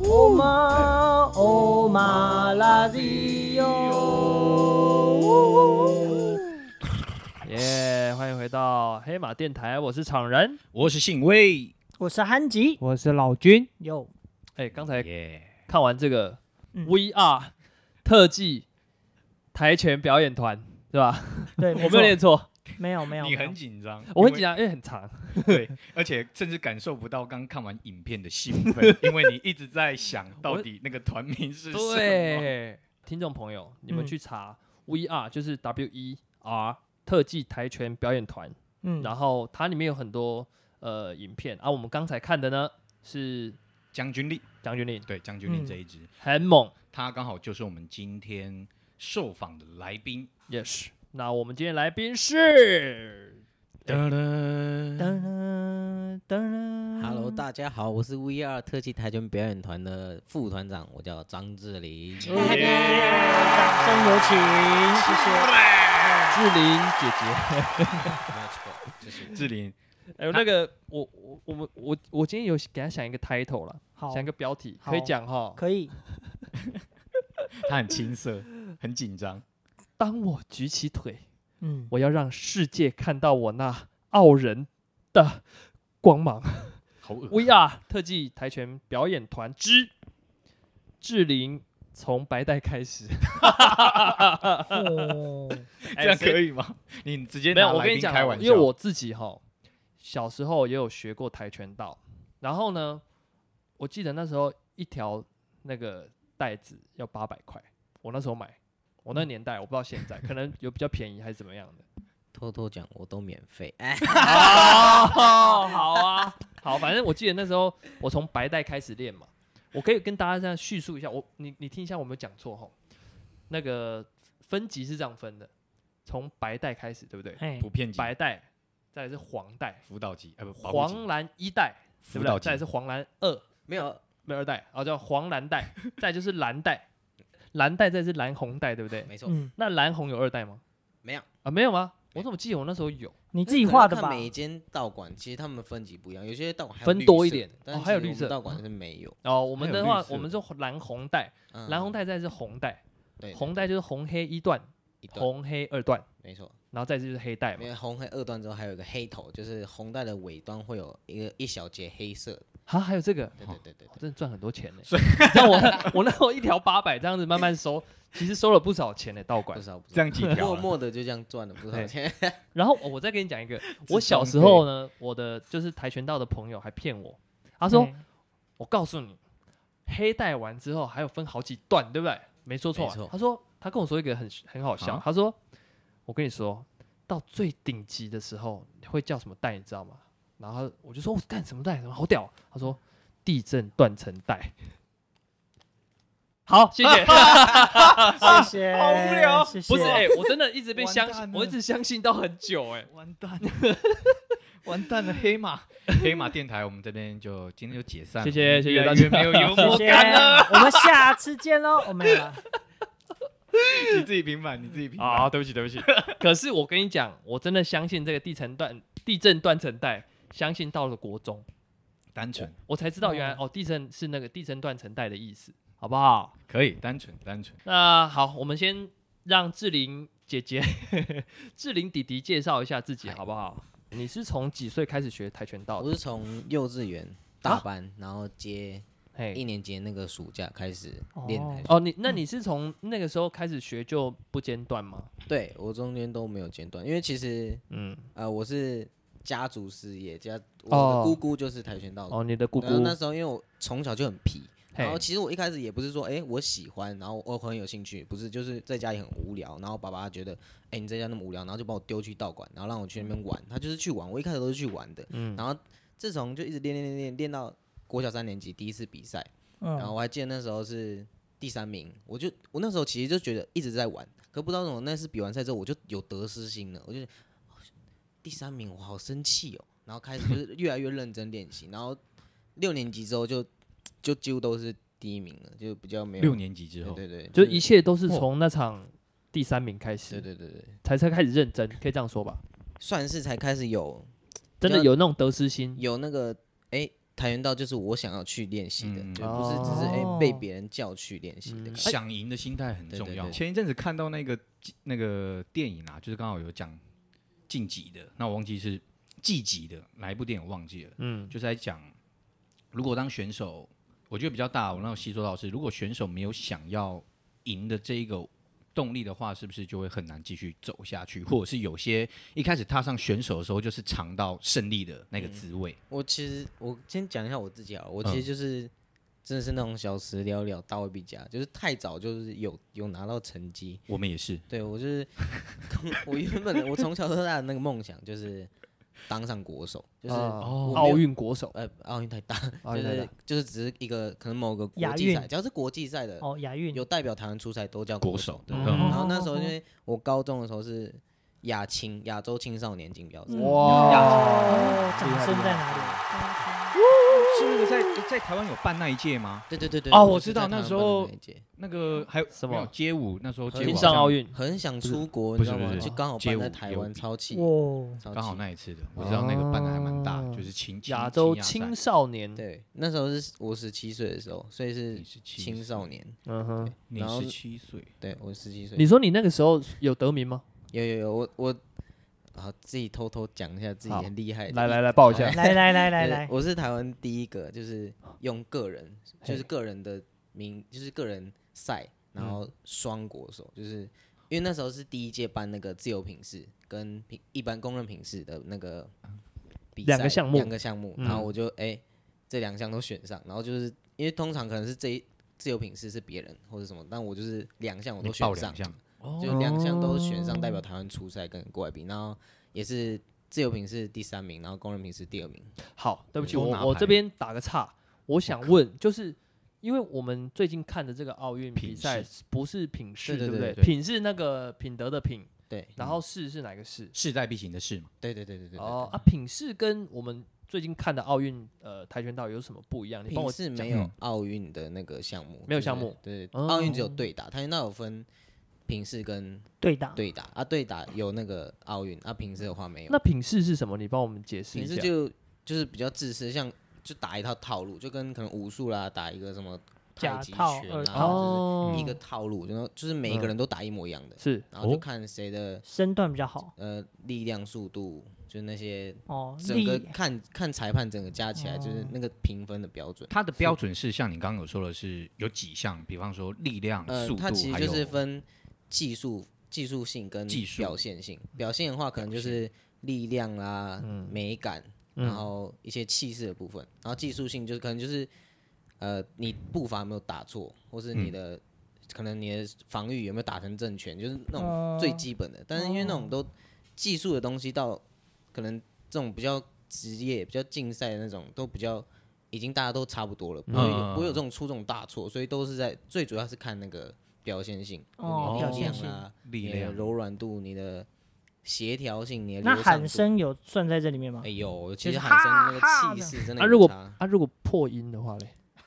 おまおまラジオ。耶、欢迎回到黑马电台，我是厂人。我是信威， 我是憨吉，我是老君，有哎、刚才耶、看完这个嗯 VR 特技跆拳表演团，对吧？对，我没没有错念错，没有没有，你没有很紧张，我很紧张，张，因为很长。对，而且甚至感受不到刚看完影片的兴 奋，因为你一直在想到底那个团名是什么。对，听众朋友，你们嗯去查 VR，就是 W E R 特技跆拳表演团，嗯，然后它里面有很多呃影片啊。我们刚才看的呢是将军令，将军令，对，将军令嗯这一支，很猛他刚好就是我们今天受访的来宾。 ，yes。那我们今天来宾是噔噔噔嗯 Hello，大家好，我是 VR 特技跆拳表演团的副团长，我叫张志林。掌声有请，谢谢。志玲姐姐。就是志玲，哎呦，那个我我我们我我今天有给他想一个 title 了，好想，一个标题，可以好讲哈。可以，他很青涩，很紧张。当我举起腿， 嗯，我要让世界看到我那傲人的光芒。好恶 VR 特技跆拳表演团之志玲从白带开始。哦， 这样哎可以吗？你直接没有，拿我来跟你宾讲开哦，玩笑，因为我自己哈小时候也有学过跆拳道，然后呢，我记得那时候一条那个带子要八百块，我那时候买，我那个年代我不知道现在，可能有比较便宜还是怎么样 的。偷偷讲，我都免费。哎， 哦，好啊， 好，反正我记得那时候我从白带开始练嘛，我可以跟大家这样叙述一下，我你你听一下我有没有讲错哈？那个分级是这样分的，从白带开始，对不对？哎普，遍级、白带，再来是黄带，辅导级，呃，不，保护级黄蓝一代，对辅不导对？级再来是黄蓝二，没有，没有二代，然后叫黄蓝带， 再来就是蓝带，蓝带再来是蓝红带，对不对？没错，嗯，那蓝红有二代吗？没有。啊，没有吗？我怎么记得我那时候有？你自己画的可吧哎能看？每一间道馆其实他们分级不一样，有些道馆还有分绿多一色点的但哦是还有其绿实我们色道馆是没有。哦，我们还有的绿话，色我们是蓝红带，嗯哦蓝红带再来是红带，对红带就是红黑一段，一段，红黑二段，没错，然后再就是黑带因嘛。为红黑二段之后还有一个黑头，就是红带的尾端会有一个一小节黑色的。啊，还有这个，对对对对我对，真的赚很多钱呢。 像我我那时候一条八百这样子慢慢收，其实收了不少钱呢，道馆不。知道不知这 道，样几条默啊，默的就这样赚了不少对钱。然后哦我再跟你讲一个，自我小动时候呢，我的就是跆拳道的朋友还骗我，他他说、我告诉你，黑带完之后还有分好几段，对不对？没说错吧。啊没错他说他跟我说一个很很好笑，啊他说我跟你说到最顶级的时候会叫什么带，你知道吗？然后他我就说我干什么带什么好屌，啊他说地震断层带。好，谢谢。谢谢，好无聊谢谢不是，哎、我真的一直被完相蛋信，了我一直相信到很久、哎，完蛋 了，完蛋了，黑马，黑马电台，我们这边就今天就解散了，谢谢谢谢越来大家越没有幽谢 默谢感哎了，，我们下次见喽，我们了。 你自己平反，你自己平反，啊，对不起，对不起。可是我跟你讲，我真的相信这个地层断、地震断层带，相信到了国中，单纯我才知道原来哦，地震是那个地震断层带的意思，好不好？可以，单纯单纯，那好，我们先让志玲姐姐、 志玲弟弟介绍一下自己，嗨好不好？你是从几岁开始学跆拳道我的？是从幼稚园大班，然后接一嗯嘿，年级那个暑假开始练哦跆拳哦，你那你是从那个时候开始学就不间断吗？对我中间都没有间断，因为其实嗯，呃我是家族事业，家我哦的姑姑就是跆拳道的。哦，你的姑姑然后，那时候因为我从小就很皮，然后嘿其实我一开始也不是说哎、我喜欢，然后我很有兴趣，不是就是在家里很无聊，然后爸爸觉得哎、你在家那么无聊，然后就把我丢去道馆，然后让我去那边玩，他就是去玩，我一开始都是去玩的，嗯，然后自从就一直练练练练练到国小三年级第一次比赛，然后嗯，我还记得那时候是第三名，我就我那时候其实就觉得一直在玩，可不知道怎么那次比完赛之后我就有得失心了，我就第三名我好生气哦，然后开始就是越来越认真练习，然后六年级之后就就几乎都是第一名了，就比较没有六年级之对后，对对，就是一切都是从那场第三名开始哦对，对对对，才才开始认真，可以这样说吧？算是才开始有真的有那种得失心，有那个哎，跆拳道就是我想要去练习的，嗯就不是只是哎哦被别人叫去练习的哎感嗯觉。想赢的心态很对重对要。对前一阵子看到那个那个电影啊，就是刚好有讲晋级的，那我忘记是季级的哪一部电影我忘记了，嗯，就是在讲如果当选手，我觉得比较大，我那时候吸收到的是，如果选手没有想要赢的这一个动力的话，是不是就会很难继续走下去，或者是有些一开始踏上选手的时候，就是尝到胜利的那个滋味。我其实我先讲一下我自己啊，我其嗯实就是真的是那种小时了了，大未必佳，就是太早就是有有拿到成绩。我们也是，对我就是 我原本的我从小到大的那个梦想就是当上国手，就是啊我哦没有奥运国手，呃奥运太大，奥就运太是大就是只是一个可能某个国亚际赛，运只要是国际赛的，哦，亚运有代表台湾出赛都叫国国手手。对嗯然后那时候因为我高中的时候是亚青亚洲青少年锦标赛，哦哇，掌声在哪里？是那个在在台湾有办那一届吗？对对对对，哦我是知道在台湾那时候办的那一届那个还有哦什么没有街舞？那时候街舞云云好上像奥运，很想出国，不你是知道不吗？是就刚好街办在舞台有湾，比哦超气，哇，超刚好气。那一次的，我知道那个办的还蛮大，哦就是青亚洲青少嗯年，对，那时候是我十七岁的时候，所以是青青少，年。嗯哼，你然后十七岁，对我十七岁，你说你那个时候有得名吗？有有有，我我啊自己偷偷讲一下自己好很厉害的。来来来，报一下，哎来来来对，来来，我是台湾第一个，就是用个人，嘿就是个人的名，就是个人赛，然后双国手，就是因为那时候是第一届办那个自由品试跟平一般公认品试的那个比赛两个项目两个项目，嗯然后我就哎、这两项都选上，然后就是因为通常可能是这一自由品试是别人或者什么，但我就是两项我你都报选上两，项，就两项都选上，代表台湾初赛跟国外比，然后也是自由品是第三名，然后公人品是第二名。好，对不起，多我拿我牌这边打个岔，我想问，就是因为我们最近看的这个奥运比品赛不是品试，对对不对对？对品是那个品德的品，对然后试是哪个试？势在必行的事嘛。对对对对对。哦啊，品试跟我们最近看的奥运呃跆拳道有什么不一样？你帮品我是讲嗯没有奥运的那个项目，没有就是项目对，哦奥运只有对打，跆拳道有分平式跟对打，对打啊，对打有那个奥运啊，平式的话没有那。品试是什么？你帮我们解释一平下式。就就是比较自私，像就打一套套路，就跟可能武术啦，打一个什么太假极套拳二啊，套就哦是一个套路，然后就是每一个人都打一模一样的，是然后就哦看谁的身段比较好呃力量、速度，就是那些哦，整个力看看裁判整个加起来就是哦那个评分的标准。它的标准是像你刚刚有说的是有几项，比方说力量、呃速，它其度，实还就是有分技术、技术性跟技术表现性。表现的话，可能就是力量啦、嗯美感，然后一些气势的部分。然后技术性就是可能就是呃，你步伐有没有打错，或是嗯你的、可能你的防御有没有打成正拳，就是那哦种最基本的。但是因为那种都技术的东西到可能这种比较职业、比较竞赛的那种都比较。已经大家都差不多了，不会有、嗯不会有这种出这种大错，所以都是在最主要是看那个表现性，哦你的表力现量性。啊，力你的量。柔软度、你的协调性、你的那流畅喊度，声有算在这里面吗哎？呦，就其实是喊声哈那个气势真的啊，有如果差啊如果破音的话嘞，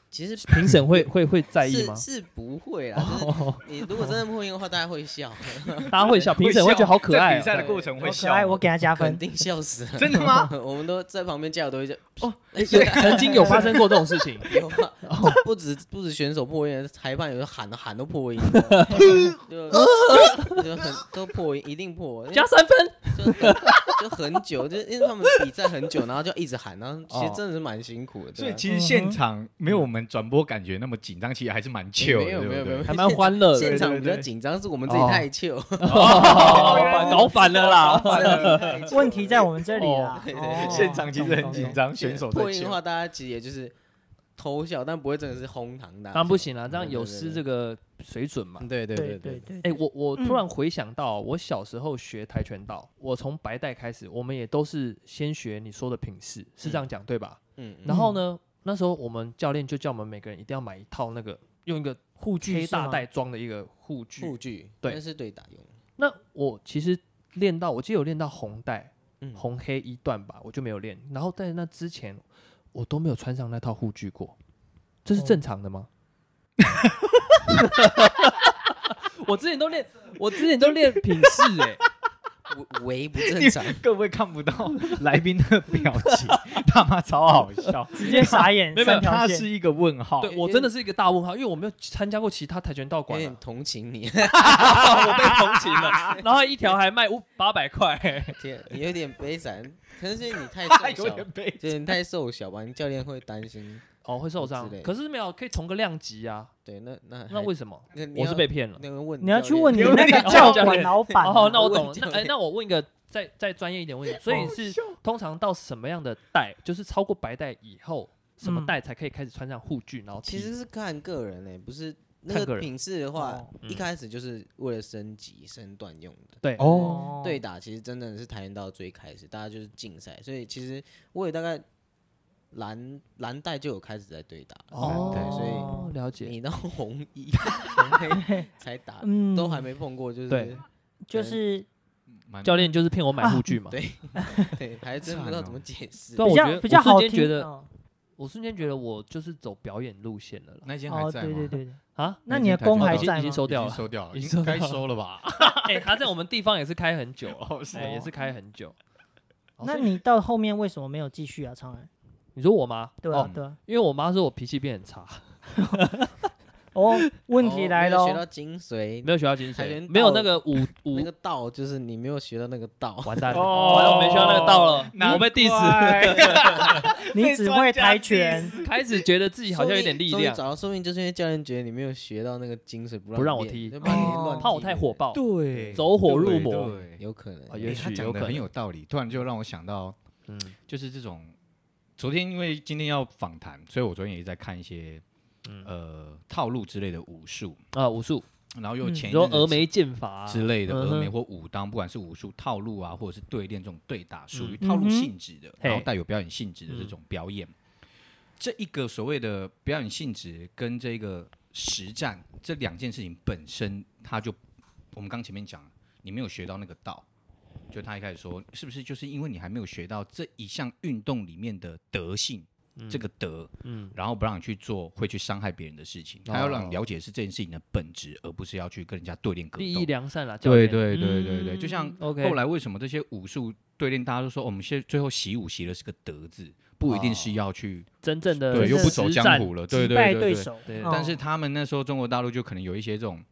其实评审会会会在意是吗？哦是不会啦，就是你如果真的破音的话，大家 会笑，大家会笑，评审会觉得好可 爱在比赛哦。的过程好哎会可笑爱，吗，我给他加肯 分。定笑死了。 真的 吗？我们都在旁边加油，都会叫 哎有曾经有发生过这种事 情，有 啊，哦不止不止选手破音，裁判有时候喊都喊都破音， 就就很都破音，一定破，因为加三分。就很就很久，就因为他们比赛很久，然后就一直喊，然后其实真的是蛮辛苦的。哦所对以啊其实嗯现场没有我们转播感觉那么紧张，其实还是蛮 chill 的，没有对不没有没对 有，还蛮欢乐啊现的，场对比对较紧张，是我们自己哦太糗， 哦搞反了啦！啊问题在我们这里哦啦对对对，哦现场其实很 紧。张，选手在破音的 chill。话，大家其实也就是偷笑，但不会真的是哄堂大。嗯当然啊不。行啦，这样有失这个水准嘛。对对懂懂对懂对对哎，对，我我突然回想到，我小时候学跆拳道，我从白带开始，我们也都是先学你说的品势，是这样讲对吧？嗯，嗯然后呢，那时候我们教练就叫我们每个人一定要买一套那个用一个护黑具是大吗？袋装的一个护具护。具对那是对打用的。那我其实练到，我记得有练到红带，嗯红黑一段吧，我就没有练。然后在那之前，我都没有穿上那套护具过，这是哦正常的 吗？我之前都练，我之前都练品势 哎、 围围不正常，各位看不到来宾的表情， 他妈超好笑，直接傻眼，没有没有三 条他线是一个问号。对我真的是一个大问号，因为我没有参加过其他跆拳道有馆、点啊，同情你，哎我被同情了。 然后一条还卖五八百块，天，你有点悲惨，可能是因为你太瘦小，悲。就是你太瘦小吧，你教练会担心。哦，会受伤之类。的可是没有，可以同个量级啊。对，那那那还为什么？那你我要是被骗了。那个问你要教去练问你有那点个像教教馆练老板啊。哦，那我我懂了。教那哎，练那我问一个再再专业一点问题，所以是通常到什么样的带，就是超过白带以后，什么嗯带才可以开始穿上护具，然后踢其实是看个人嘞、不是看那个个人品质的话，哦一开始就是为了升级身段用的。对哦，对打其实真的是跆拳道最开始，大家就是竞赛，所以其实我也大概蓝蓝带就有开始在对打了哦，对，所以以了解。你到红衣红黑才打，嗯都还没碰过，就是对就是嗯蛮教练就是骗我买护具嘛。对对，还真不知道怎么解释。但比我觉较得比较我瞬好间听。觉得哦我瞬间觉得我就是走表演路线的了啦那间还哦，在对吗？对 对对，啊。那那你已的经弓抬还已经在已经吗？收掉已经了，收掉了， 已应经收该掉收了 吧？哎、他在我们地方也是开很久，哦 是哎、也是开很久。哦那所以你到后面为什么没有继续啊？常然，你说我妈，对哦啊对啊。因为我妈说我脾气变很差，哦，问题哦来没有喽学，到精髓，没有学到精跆髓拳，没有道那个武武那，个道就是你没有学到那个道。完蛋了，哦完了，我没学到那个道了，我被 diss， diss，你只会跆拳， 开始觉得自 己好像有点力说不定量，找到，说不定就是因为教练觉得你没有学到那个精髓，不不让你我练踢就把你乱哦怕我踢太的火，爆，对走火入魔对对有可能啊。欸也他许讲有的可很能有道理，突然就让我想到，嗯，就是这种。昨天因为今天要访谈，所以我昨天也在看一些、嗯呃套路之类的武术，啊，武术，然后又嗯前你一说阵子峨眉剑法啊之类的嗯峨眉哼或武当，不管是武术套路啊，或者是对练这种对打，属于嗯套路嗯哼性质的，然后嘿带有表演性质的这嗯种表演。这一个所谓的表演性质跟这个实战这两件事情本身，它就我们刚前面讲，你没有学到那个道，就他一开始说，是不是就是因为你还没有学到这一项运动里面的德性，这个德，嗯，然后不让你去做会去伤害别人的事情，他要让哦你了解是这件事情的本质，而不是要去跟人家对练格斗。利益良善啦，教对练，对对对对，就像嗯，OK，后来为什么这些武术对练，大家都说哦我们现在最后习武习的是个德字，不一定是要去真正的对，又不走哦实江战湖了，对击对败对对。手。对哦但是他们那时候中国大陆就可能有一些这种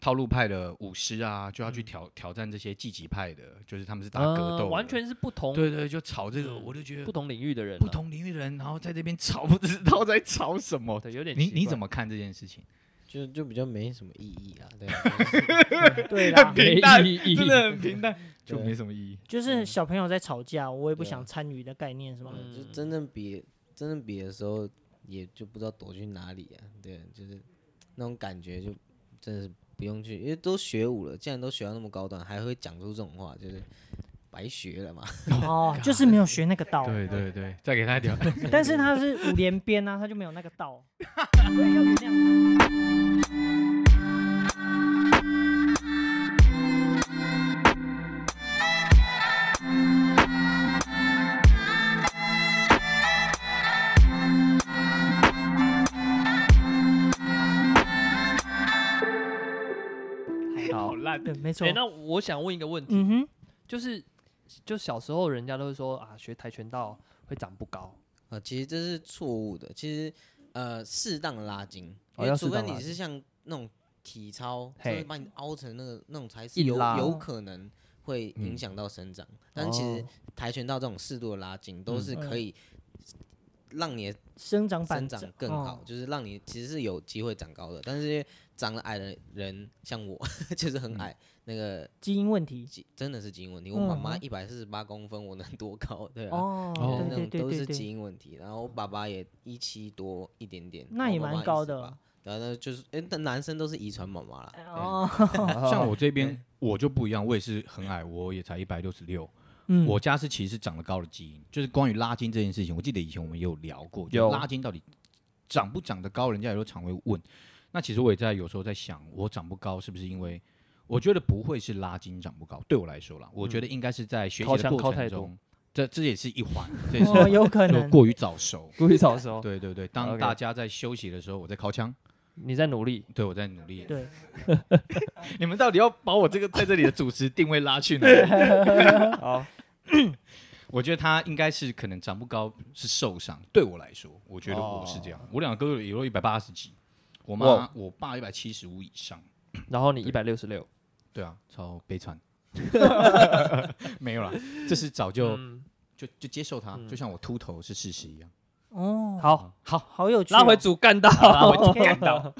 套路派的武师啊，就要去挑挑战这些技击派的，就是他们是打格嗯啊斗的，完全是不同对对，就吵这个，嗯我就觉不得同领域的人啊，不同领域的人，然后在这边吵，不知道在吵什么。对，有点你奇你怪怎么看这件事情？就就比较没什么意义啊， 对啊，对啦，没平淡意义 真的很平淡，就对没什么意义。就是小朋友在吵架，我也不对啊想参与的概念是吗？嗯就真正比真正比的时候，也就不知道躲去哪里啊，对，就是那种感觉就真的是不用去，因为都学武了，既然都学到那么高端，还会讲出这种话，就是白学了嘛。哦，就是没有学那个道。对对对，再给他一条。但是他是五连鞭啊，他就没有那个道，所以要原谅 好他。对，没错哎、。那我想问一个问题，嗯哼，就是就小时候人家都会说啊，学跆拳道会长不高，啊，其实这是错误的。其实呃，适当的拉筋，哦因为要除适非当拉你筋是像那种体操，就嘿会把你凹成那个那种才是硬有拉有哦可能会嗯影响到生长。但其实跆拳道这种适度的拉筋都哦嗯是可嗯以让你的生长哦板生长更好，就是让你其实是有机会长高的。但是长得矮的人像我， 就是嗯很矮，那个基因问题。基真的是基因问题。我妈妈嗯一百四十八公分，我能多高？对啊。哦，哦那对种对都对对是对基。因问题。然后我爸爸也一七多一点点，那也蛮高的。然后那就是，哎，但男生都是遗传妈妈啦。哦， 像我这边我就不一样，我也是很矮，我也才一百六十六。嗯，我家是其实长得高的基因，就是关于拉筋这件事情，我记得以前我们也有聊过，就有是拉筋到底长不长得高，人家有时候常会问。那其实我也在有时候在想，我长不高是不是因为？我觉得不会是拉筋长不高，对我来说啦，我觉得应该是在学习靠的墙靠过太程多中，这这也是一环，这也是一哦，环有可就能。过于早熟。故意早熟，对对对， OK 当大家在休息的时候，我在靠枪，你在努力，对我在努力。对，你 们到底要把我这个在这里的主持定位拉去哪里？好，我觉得他应该是可能长不高，是受伤。对我来说，我觉得我是这样。我两个哥哥也都一百八十几，我妈哦哇我爸一百七十五以上。然后你一百六十六，对啊，超 悲惨。没有啦，这是早就、嗯就就接受它，就像我秃头是事实一样。哦，好，好，好有趣哦。拉回主干道，拉回主干道。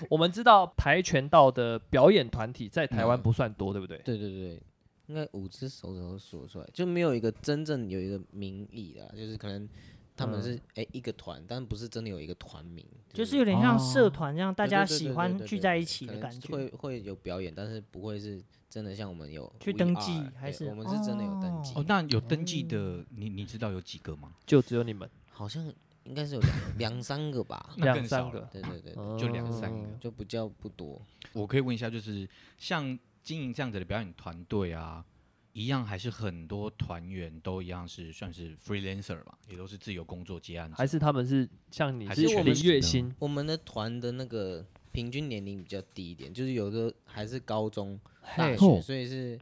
我们知道跆拳道的表演团体在台湾不算多，对不对？对对对，应该五只手指头数得出来，就没有一个真正有一个名义啦，就是可能他们嗯是哎、一个团，但不是真的有一个团名，就是有点像社团这样，大家喜欢聚在一起的的感觉。会会有表演，但是不会是真的像我们有去 VR 登记对还是我们是真的有登记，哦，那有登记嗯的，你你知道有几个吗？就只有你们好像应该是有两两三个吧，那两更三少个了，对对对，就两三哦个。就比较不多。我可以问一下，就是像经营这样子的表演团队啊，一样还是很多团员都一样是算是 freelancer 吧，也都是自由工作接案者还是他们是像你还是是全零职月的薪我们的团的那个平均年龄比较低一点，就是有的还是高中、大嘿哦学，所以是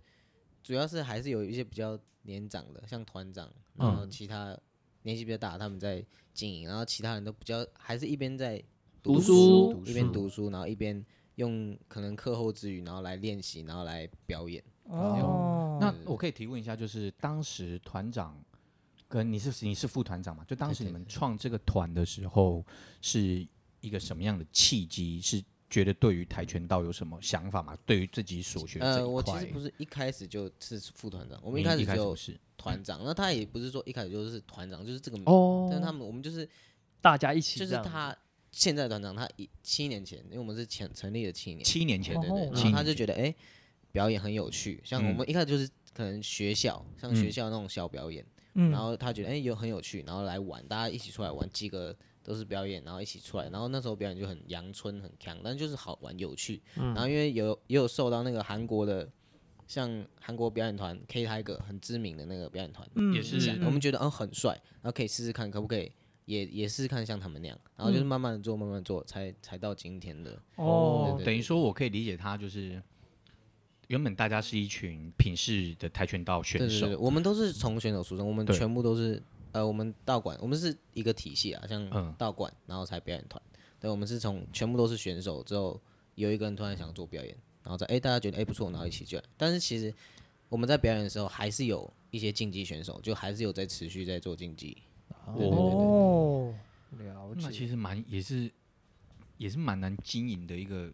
主要是还是有一些比较年长的，像团长，然后其他年纪比较大，他们在经营，然后其他人都比较还是一边在读书，书一边读书，然后一边用可能课后之余，然后来练习，然后来表演。哦，那我可以提问一下，就是当时团长跟你是你是副团长嘛？就当时对你对们对创这个团的时候，是一个什么样的契机？是觉得对于跆拳道有什么想法吗？对于自己所学的这呃，一我其块，嗯实不是一开始就是副团长，我我们一开始不就是团长，那他也不是说一开始就是团长，就是这个名，哦但他们我们就是大家一起就这是样子他现在的团长，他一七年前，因为我们是前成立了七年，七年前对对对，哦然七后他年就觉得哎、诶表演很有趣，像我们一开始就是可能学校，像学校那种小表演，然嗯，后他觉得哎、诶有很有趣，然后来玩，大家一起出来玩，几个都是表演，然后一起出来，然后那时候表演就很阳春很强，但就是好玩有趣，嗯然后因为有也有受到那个韩国的。像韩国表演团 K Tiger 很知名的那个表演团，嗯也是我们觉得嗯很帅，然后可以试试看可不可以，也也试试看像他们那样，然后嗯就是慢慢的做，慢慢地做，才才到今天的。哦对对等于说我可以理解他就是。原本大家是一群品势的跆拳道选对对手对，，我们都是从选手出身，我们对全部都是呃，我们道馆，我们是一个体系啊，嗯像道馆，然后才表演团。对，我们是从全部都是选手之后，有一个人突然想做表演，然后再哎大家觉得哎不错，然后一起就来。但是其实我们在表演的时候，还是有一些竞技选手，就还是有在持续在做竞技。对对对对哦，了那其解。实蛮也是也是蛮难经营的一个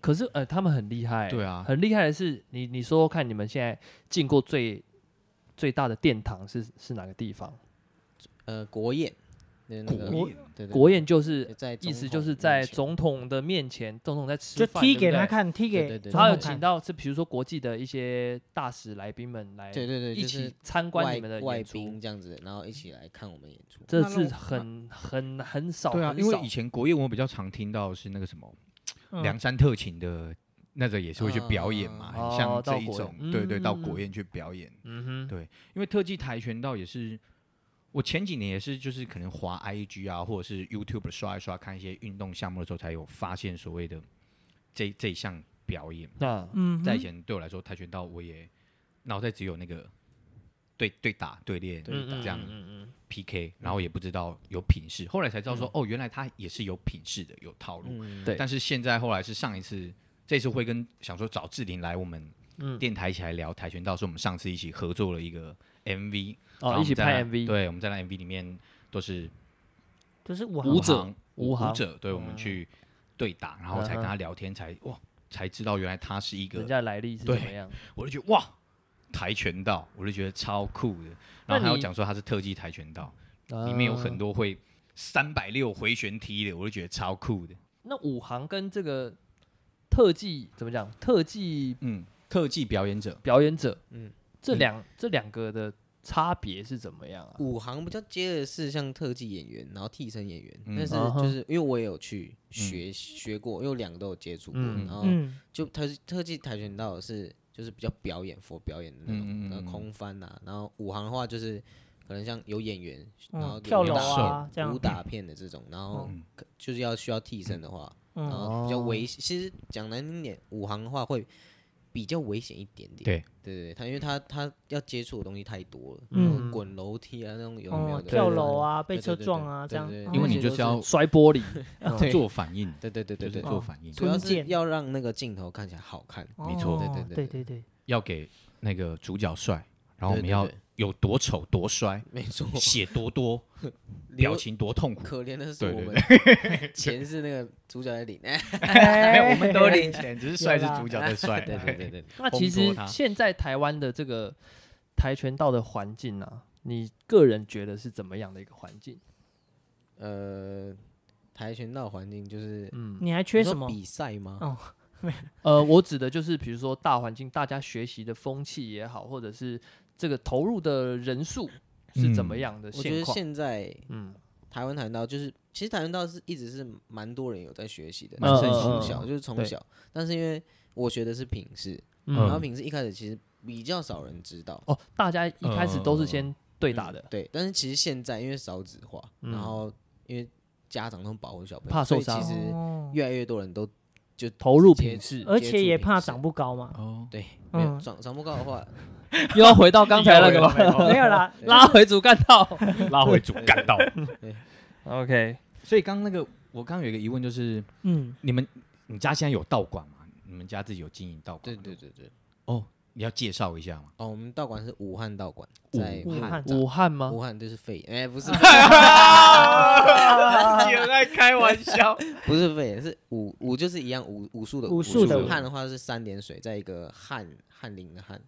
可是呃，他们很厉害，对啊很厉害的是你你说说看，你们现在进过最最大的殿堂是是哪个地方？呃，国宴，对那个国宴对对国宴就是在意总思统就是面在前总统的面前，总统在吃就饭，踢对不给他对。看，踢对给对对总他有统请看。到是，比如说国际的一些大使来宾们来，对对对，一就是起参观外你们的外演出宾，这样子，然后一起来看我们演出。这那是让我很很很少，对啊，很因为少以前国宴我比较常听到是那个什么嗯梁山特勤的那个也是会去表演嘛，嗯很哦像这到一国种，宴对对，到嗯国宴去表演。嗯哼，对因为特技跆拳道也是，我前几年也是就是可能滑 IG 啊，或者是 YouTube 刷一刷看一些运动项目的时候，才有发现所谓的这这一项表演。那嗯在哼以前对我来说，跆拳道我也脑袋只有那个对对打对练对这样嗯嗯嗯 PK，然后也不知道有品势，后来才知道说、哦，原来他也是有品势的，有套路。嗯，对但是现在后来是上一次，这次会跟想说找志玲来我们嗯电台一起来聊跆拳道，是我们上次一起合作了一个 MV，然哦，后一我起们在拍那 MV，对，我们在那 MV 里面都是就是我舞者行武舞行嗯者，对我们去对打，然后才跟他聊天，才哇才知道原来他是一人个，家的来历是怎对么样？我就觉得哇跆拳道，我就觉得超酷的，然后还那有你讲说他是特技跆拳道，里面有很啊。多会三百六回旋踢的，我就觉得超酷的。那武行跟这个特技怎么讲？特技嗯，特技表演者，表演者，嗯嗯，这两这两个的差别是怎么样啊？武行比较接的是像特技演员，然后替身演员，嗯但是啊哈就是因为我也有去学、学过，因为我两个都有接触过，嗯然后嗯，就特特技跆拳道是就是比较表演佛表演的那嗯嗯嗯种，然嗯后空翻呐、然后武行的话就是可能像有演员，然后嗯有跳楼武打啊这样哦武，打片的这种，然后嗯可就是要需要替身的话，然嗯后比较危。其实讲难听点，武行的话会比较危险一点点。对对对，他因为他他要接触的东西太多了，嗯然后滚楼梯啊那种有的没有哦，的跳对楼啊，对被车撞啊，这样对对对。哦对因为你这些就是要都摔玻 璃，对做反应，对对对就对是对，哦做反应，主要吞是剑要让那个镜头看起来好看。没错对哦对对对对对，要给那个主角帅，然后我们对对要对有多丑多衰，没错，血多 多，留表情多痛苦，可怜的是对我对 们 钱是那个主角在领，没有，哎我们都领钱，只是 帅是主角的帅，对对对对，那其烘托实它现在台湾的这个跆拳道的环境啊，你个人觉得是怎么样的一个环境？呃，跆拳道环境就是嗯， 你还你缺说什么？比赛吗？哦呃，我指的就是比如说大环境，大家学习的风气也好，或者是这个投入的人数是怎么样的我觉现得况？现在嗯，台湾跆拳道就是，其实跆拳道是一直是蛮多人有在学习的，蛮就是盛行的从小就是从对小，但是因为我学的是品势，然后嗯，品势一开始其实比较少人知道。哦，大家一开始都是先对打的，对，但是其实现在因为少子化，嗯然后因为家长都保护小朋友，怕受所以伤其实哦越来越多人都投入直接品质，而接且触也平怕时长不高嘛，哦，对，没有嗯长长不高的话，又要回到刚才那个吗没有 啦， 拉回主干道。拉回主干道。 OK， 所以刚刚那个，我刚刚有一个疑问，就是嗯，你们你家现在有道馆吗？你们家自己有经营道馆？对对。对对。哦，你要介绍一下吗？哦，我们道馆是武汉道馆，武在武汉武汉吗？武汉就是肺炎，哎，不是自己很爱开玩笑。 不是肺炎，是武武就是一样武武术的武武术的武汉的话是三点水，在一个汉汉林的汉，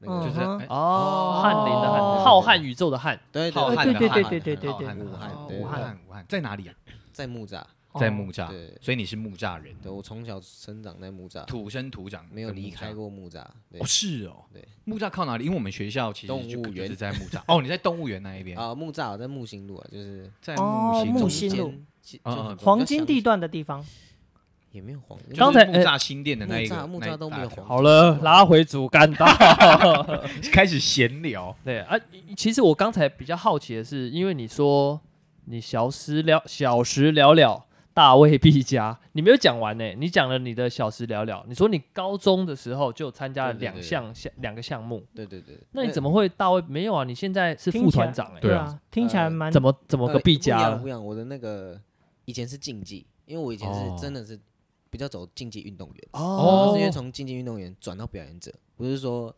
那嗯个就是哼哎哦，汉林的哦汉，浩瀚宇宙的瀚，对浩对瀚的对瀚对对对浩对瀚的对武哦汉，对武对对汉，武汉在哪里啊？在木栅，在哦木栅，对所以你是木栅人，对我从小生长在木栅，土生土长，没有离开。过木栅，对哦，是哦，对，木栅靠哪里？因为我们学校其实动就物就园是在木栅。哦，你在动物园那一边，啊，木栅在木星路啊，就是在哦木木新星中路间其啊就啊很多黄比较金乡地下段的地方，也没有黄金，刚才刚呃才木栅新店的那一木个栅木那一栅都没有大条黄好了，拉回主干道。开始闲 聊。 对啊，其实我刚才比较好奇的是，因为你说你小时了小时了了，大未必佳，你没有讲完呢、你讲了你的小时了了，你说你高中的时候就参加了对对对两对项项两个项目，对对对，那你怎么会大未没有啊？你现在是副团长哎、对啊啊，听起来呃蛮怎么怎么呃个必不一样佳啊不一样，我的那个以前是竞技，因为我以前哦是真的是比较走竞技运动员，哦我是因为从竞技运动员转到表演者，不是说，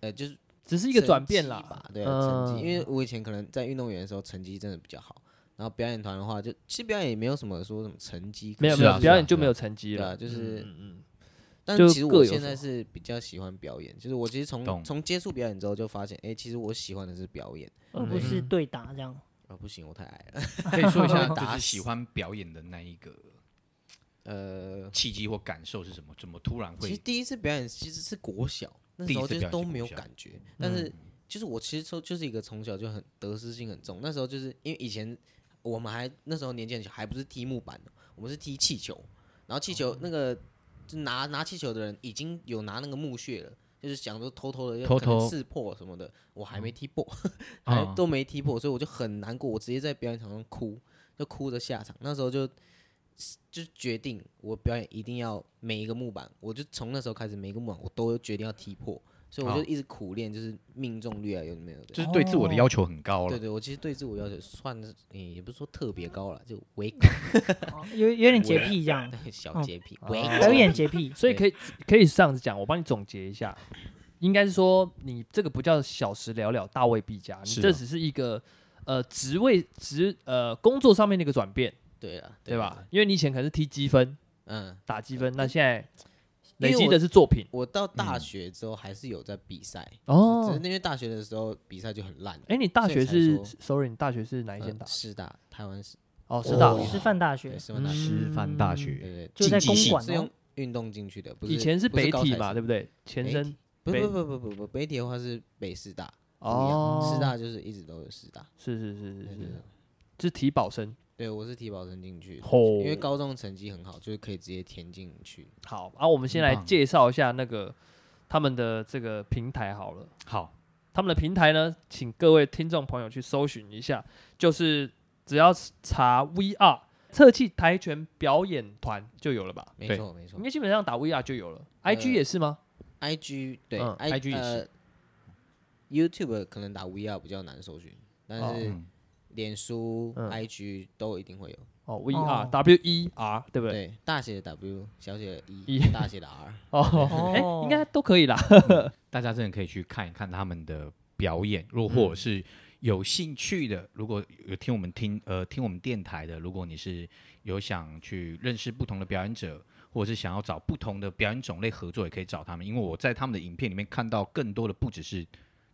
呃，就是只是一个转变成绩啦吧，，对，嗯成绩，因为我以前可能在运动员的时候成绩真的比较好，然后表演团的话就，其实表演也没有什么说什么成绩，没有是没有啊表演是啊就没有成绩对啊，了，就是，嗯嗯但就其实各有我现所在是比较喜欢表演，就是我其实懂从从接触表演之后就发现，哎，其实我喜欢的是表演，而不嗯是对打这样？啊，不行，我太矮了， 可以说一下，就打是死喜欢表演的那一个呃，契机或感受是什么？怎么突然其实会第一次表演其实是国小，那第一时候次就表演是都是国没有小嗯感觉，但是就是我其实说就是一个从小就很得失心很重，那时候就是因为以前我们还那时候年纪很小，还不是踢木板哦，我们是踢气球，然后气球哦那个就拿拿气球的人已经有拿那个木屑了。就是想说偷偷的要偷可能偷刺破什么的，我还没踢破，还啊？都没踢破，所以我就很难过，我直接在表演场上哭，就哭着下场。那时候就就决定我表演一定要每一个木板，我就从那时候开始每一个木板我都决定要踢破，所以我就哦一直苦练，就是命中率啊有没有的。就是对自我哦的要求很高对了。对，我其实对自我要求算是，嗯也不是说特别高了，就微高哦有有点洁癖这样， 小洁癖，微哦高表演洁癖。所以可以可以这样子讲，我帮你总结一下，应该是说你这个不叫小时了了，大未必佳，你是啊这只是一个呃职位职呃工作上面的一个转变，对啊，对吧？？因为你以前可能是踢积分、嗯，打积分，那现在累因为积我的是作品我到大学之后还是有在比赛，只哦是。因为大学的时候比赛就很烂，哎，你大学所以才是说？Sorry，你大学啊是哪一间呃大？师大台湾师哦，师 我大哦。师范大学对，师范大学，师范大对学对对，就在竞公技系馆是用哦，运动进去的，不是以前是是北体嘛，嘛，对不对？前北身不北不不不不不，北体的话是北师大，不一样哦，师大就是一直都有师大。是是是是对对是对，是体保生。对我是体保生进嗯去的，哦因为高中成绩很好，就是可以直接填进去。好，啊，我们先来很棒介绍一下那个他们的这个平台好了。好，他们的平台呢，请各位听众朋友去搜寻一下，就是只要查 VR 测器跆拳表演团就有了吧？没对错没嗯错应，该基本上打 VR 就有了。呃 IG 也是吗？ I G 对、嗯 I IG 也呃 YouTube 可能打 VR 比较难搜寻，但是嗯脸书、哦嗯 IG 都一定会有。哦，V R 哦 W E R 对不对？对，大写的 W，小写的 E， E 大写的 R。 哦，哎，应该都可以啦。大家真的可以去看一看他们的表演，如果或者嗯是有兴趣的，如果有听我们听呃听我们电台的，如果你是有想去认识不同的表演者，或者是想要找不同的表演种类合作，也可以找他们，因为我在他们的影片里面看到更多的不只是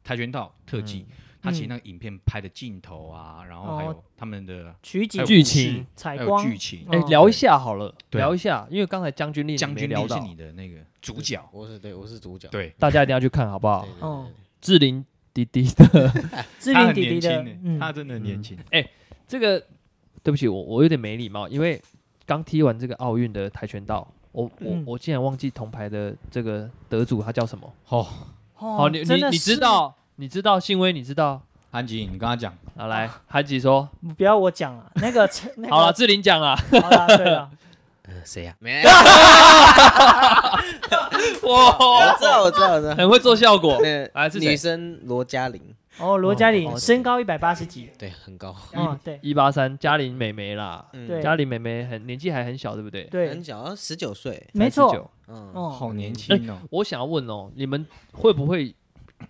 跆拳道特技，嗯他其实那个影片拍的镜头啊，然后还有他们的取还景有剧故事情采还有光，剧情，哎，哦聊一下好了，对啊聊一下，因为刚才将军令你将没军聊令是到，你的那个主角，我是对，我是主角。嗯对，大家一定要去看，好不对好？对哦对志玲弟弟的志他玲很弟弟年轻的欸，嗯，他真的很年轻，这个，对不起，我我有点没礼貌，因为刚踢完这个奥运的跆拳道，我我嗯我竟然忘记铜牌的这个得主他叫什么？哦，好，哦，你真你的你知是，道，你知道，信威你知道，安吉，你跟他讲，好来，韩吉说，不要我讲了，那个 那个好了，，志玲讲啊， 好了，对了，呃，谁 呀？没。哇，我哦 知道，我知道，我知道。很会做效果。那哎是谁女生罗嘉玲，哦，罗嘉哦玲哦身高一百八十几，对，很高，哦，对一八三，嘉玲美眉啦，嗯对嘉玲美眉很年纪还很小，对不对？对很，小，十九岁，没39错，。嗯，哦，年轻哦，我想要问哦，你们会不会，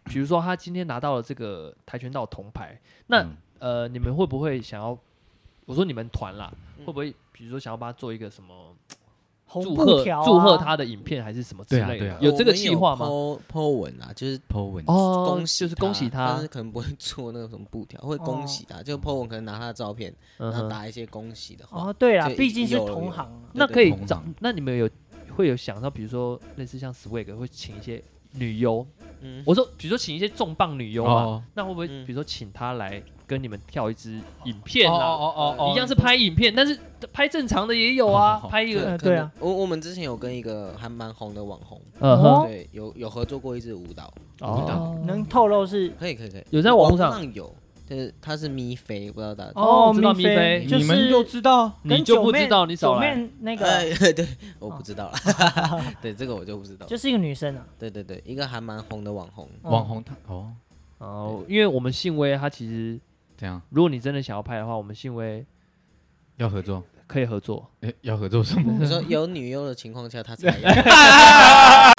比如说他今天拿到了这个跆拳道铜牌，那嗯呃，你们会不会想要？我说你们团啦，嗯会不会比如说想要帮他做一个什么红祝布贺条啊祝贺他的影片，还是什么之对啊类对的啊？有这个计划吗？ ？Po po 文啊，就是 Po 文哦，恭喜，就是恭喜他，但他是，可能不会 做那个什么布条，会恭喜他，就 po 文可能拿他的照片，嗯然哼。后打一些恭喜的话哦，，对啦这，毕竟是有了同有行啊，那对可以同找行，那你们有会有想到，比如说类似像 Swag 会请一些女优，嗯，我说比如说请一些重磅女优嘛，哦那会不会嗯比如说请她来跟你们跳一支影片哦啊？哦哦哦，一样是拍影片，但是拍正常的也有啊，哦拍一个呃可对能啊，我我们之前有跟一个还蛮红的网红，嗯哼哦对，有有合作过一支舞蹈，舞蹈哦，能透露是可以可以可以，有在网络上有，就是他是咪菲，不知道大家哦知道咪咪菲就你们是又知道，哎你跟就九不知妹道你少九来妹那个哦呃， 对，我不知道了， 对，这个我就不知道了。就是一个女生啊，对对对，一个还蛮红的网红，哦网红他哦，哦，因为我们信威他其实，这样如果你真的想要拍的话，我们信威要合作，可以合作。诶要合作什么？你说有女优的情况下，他才有。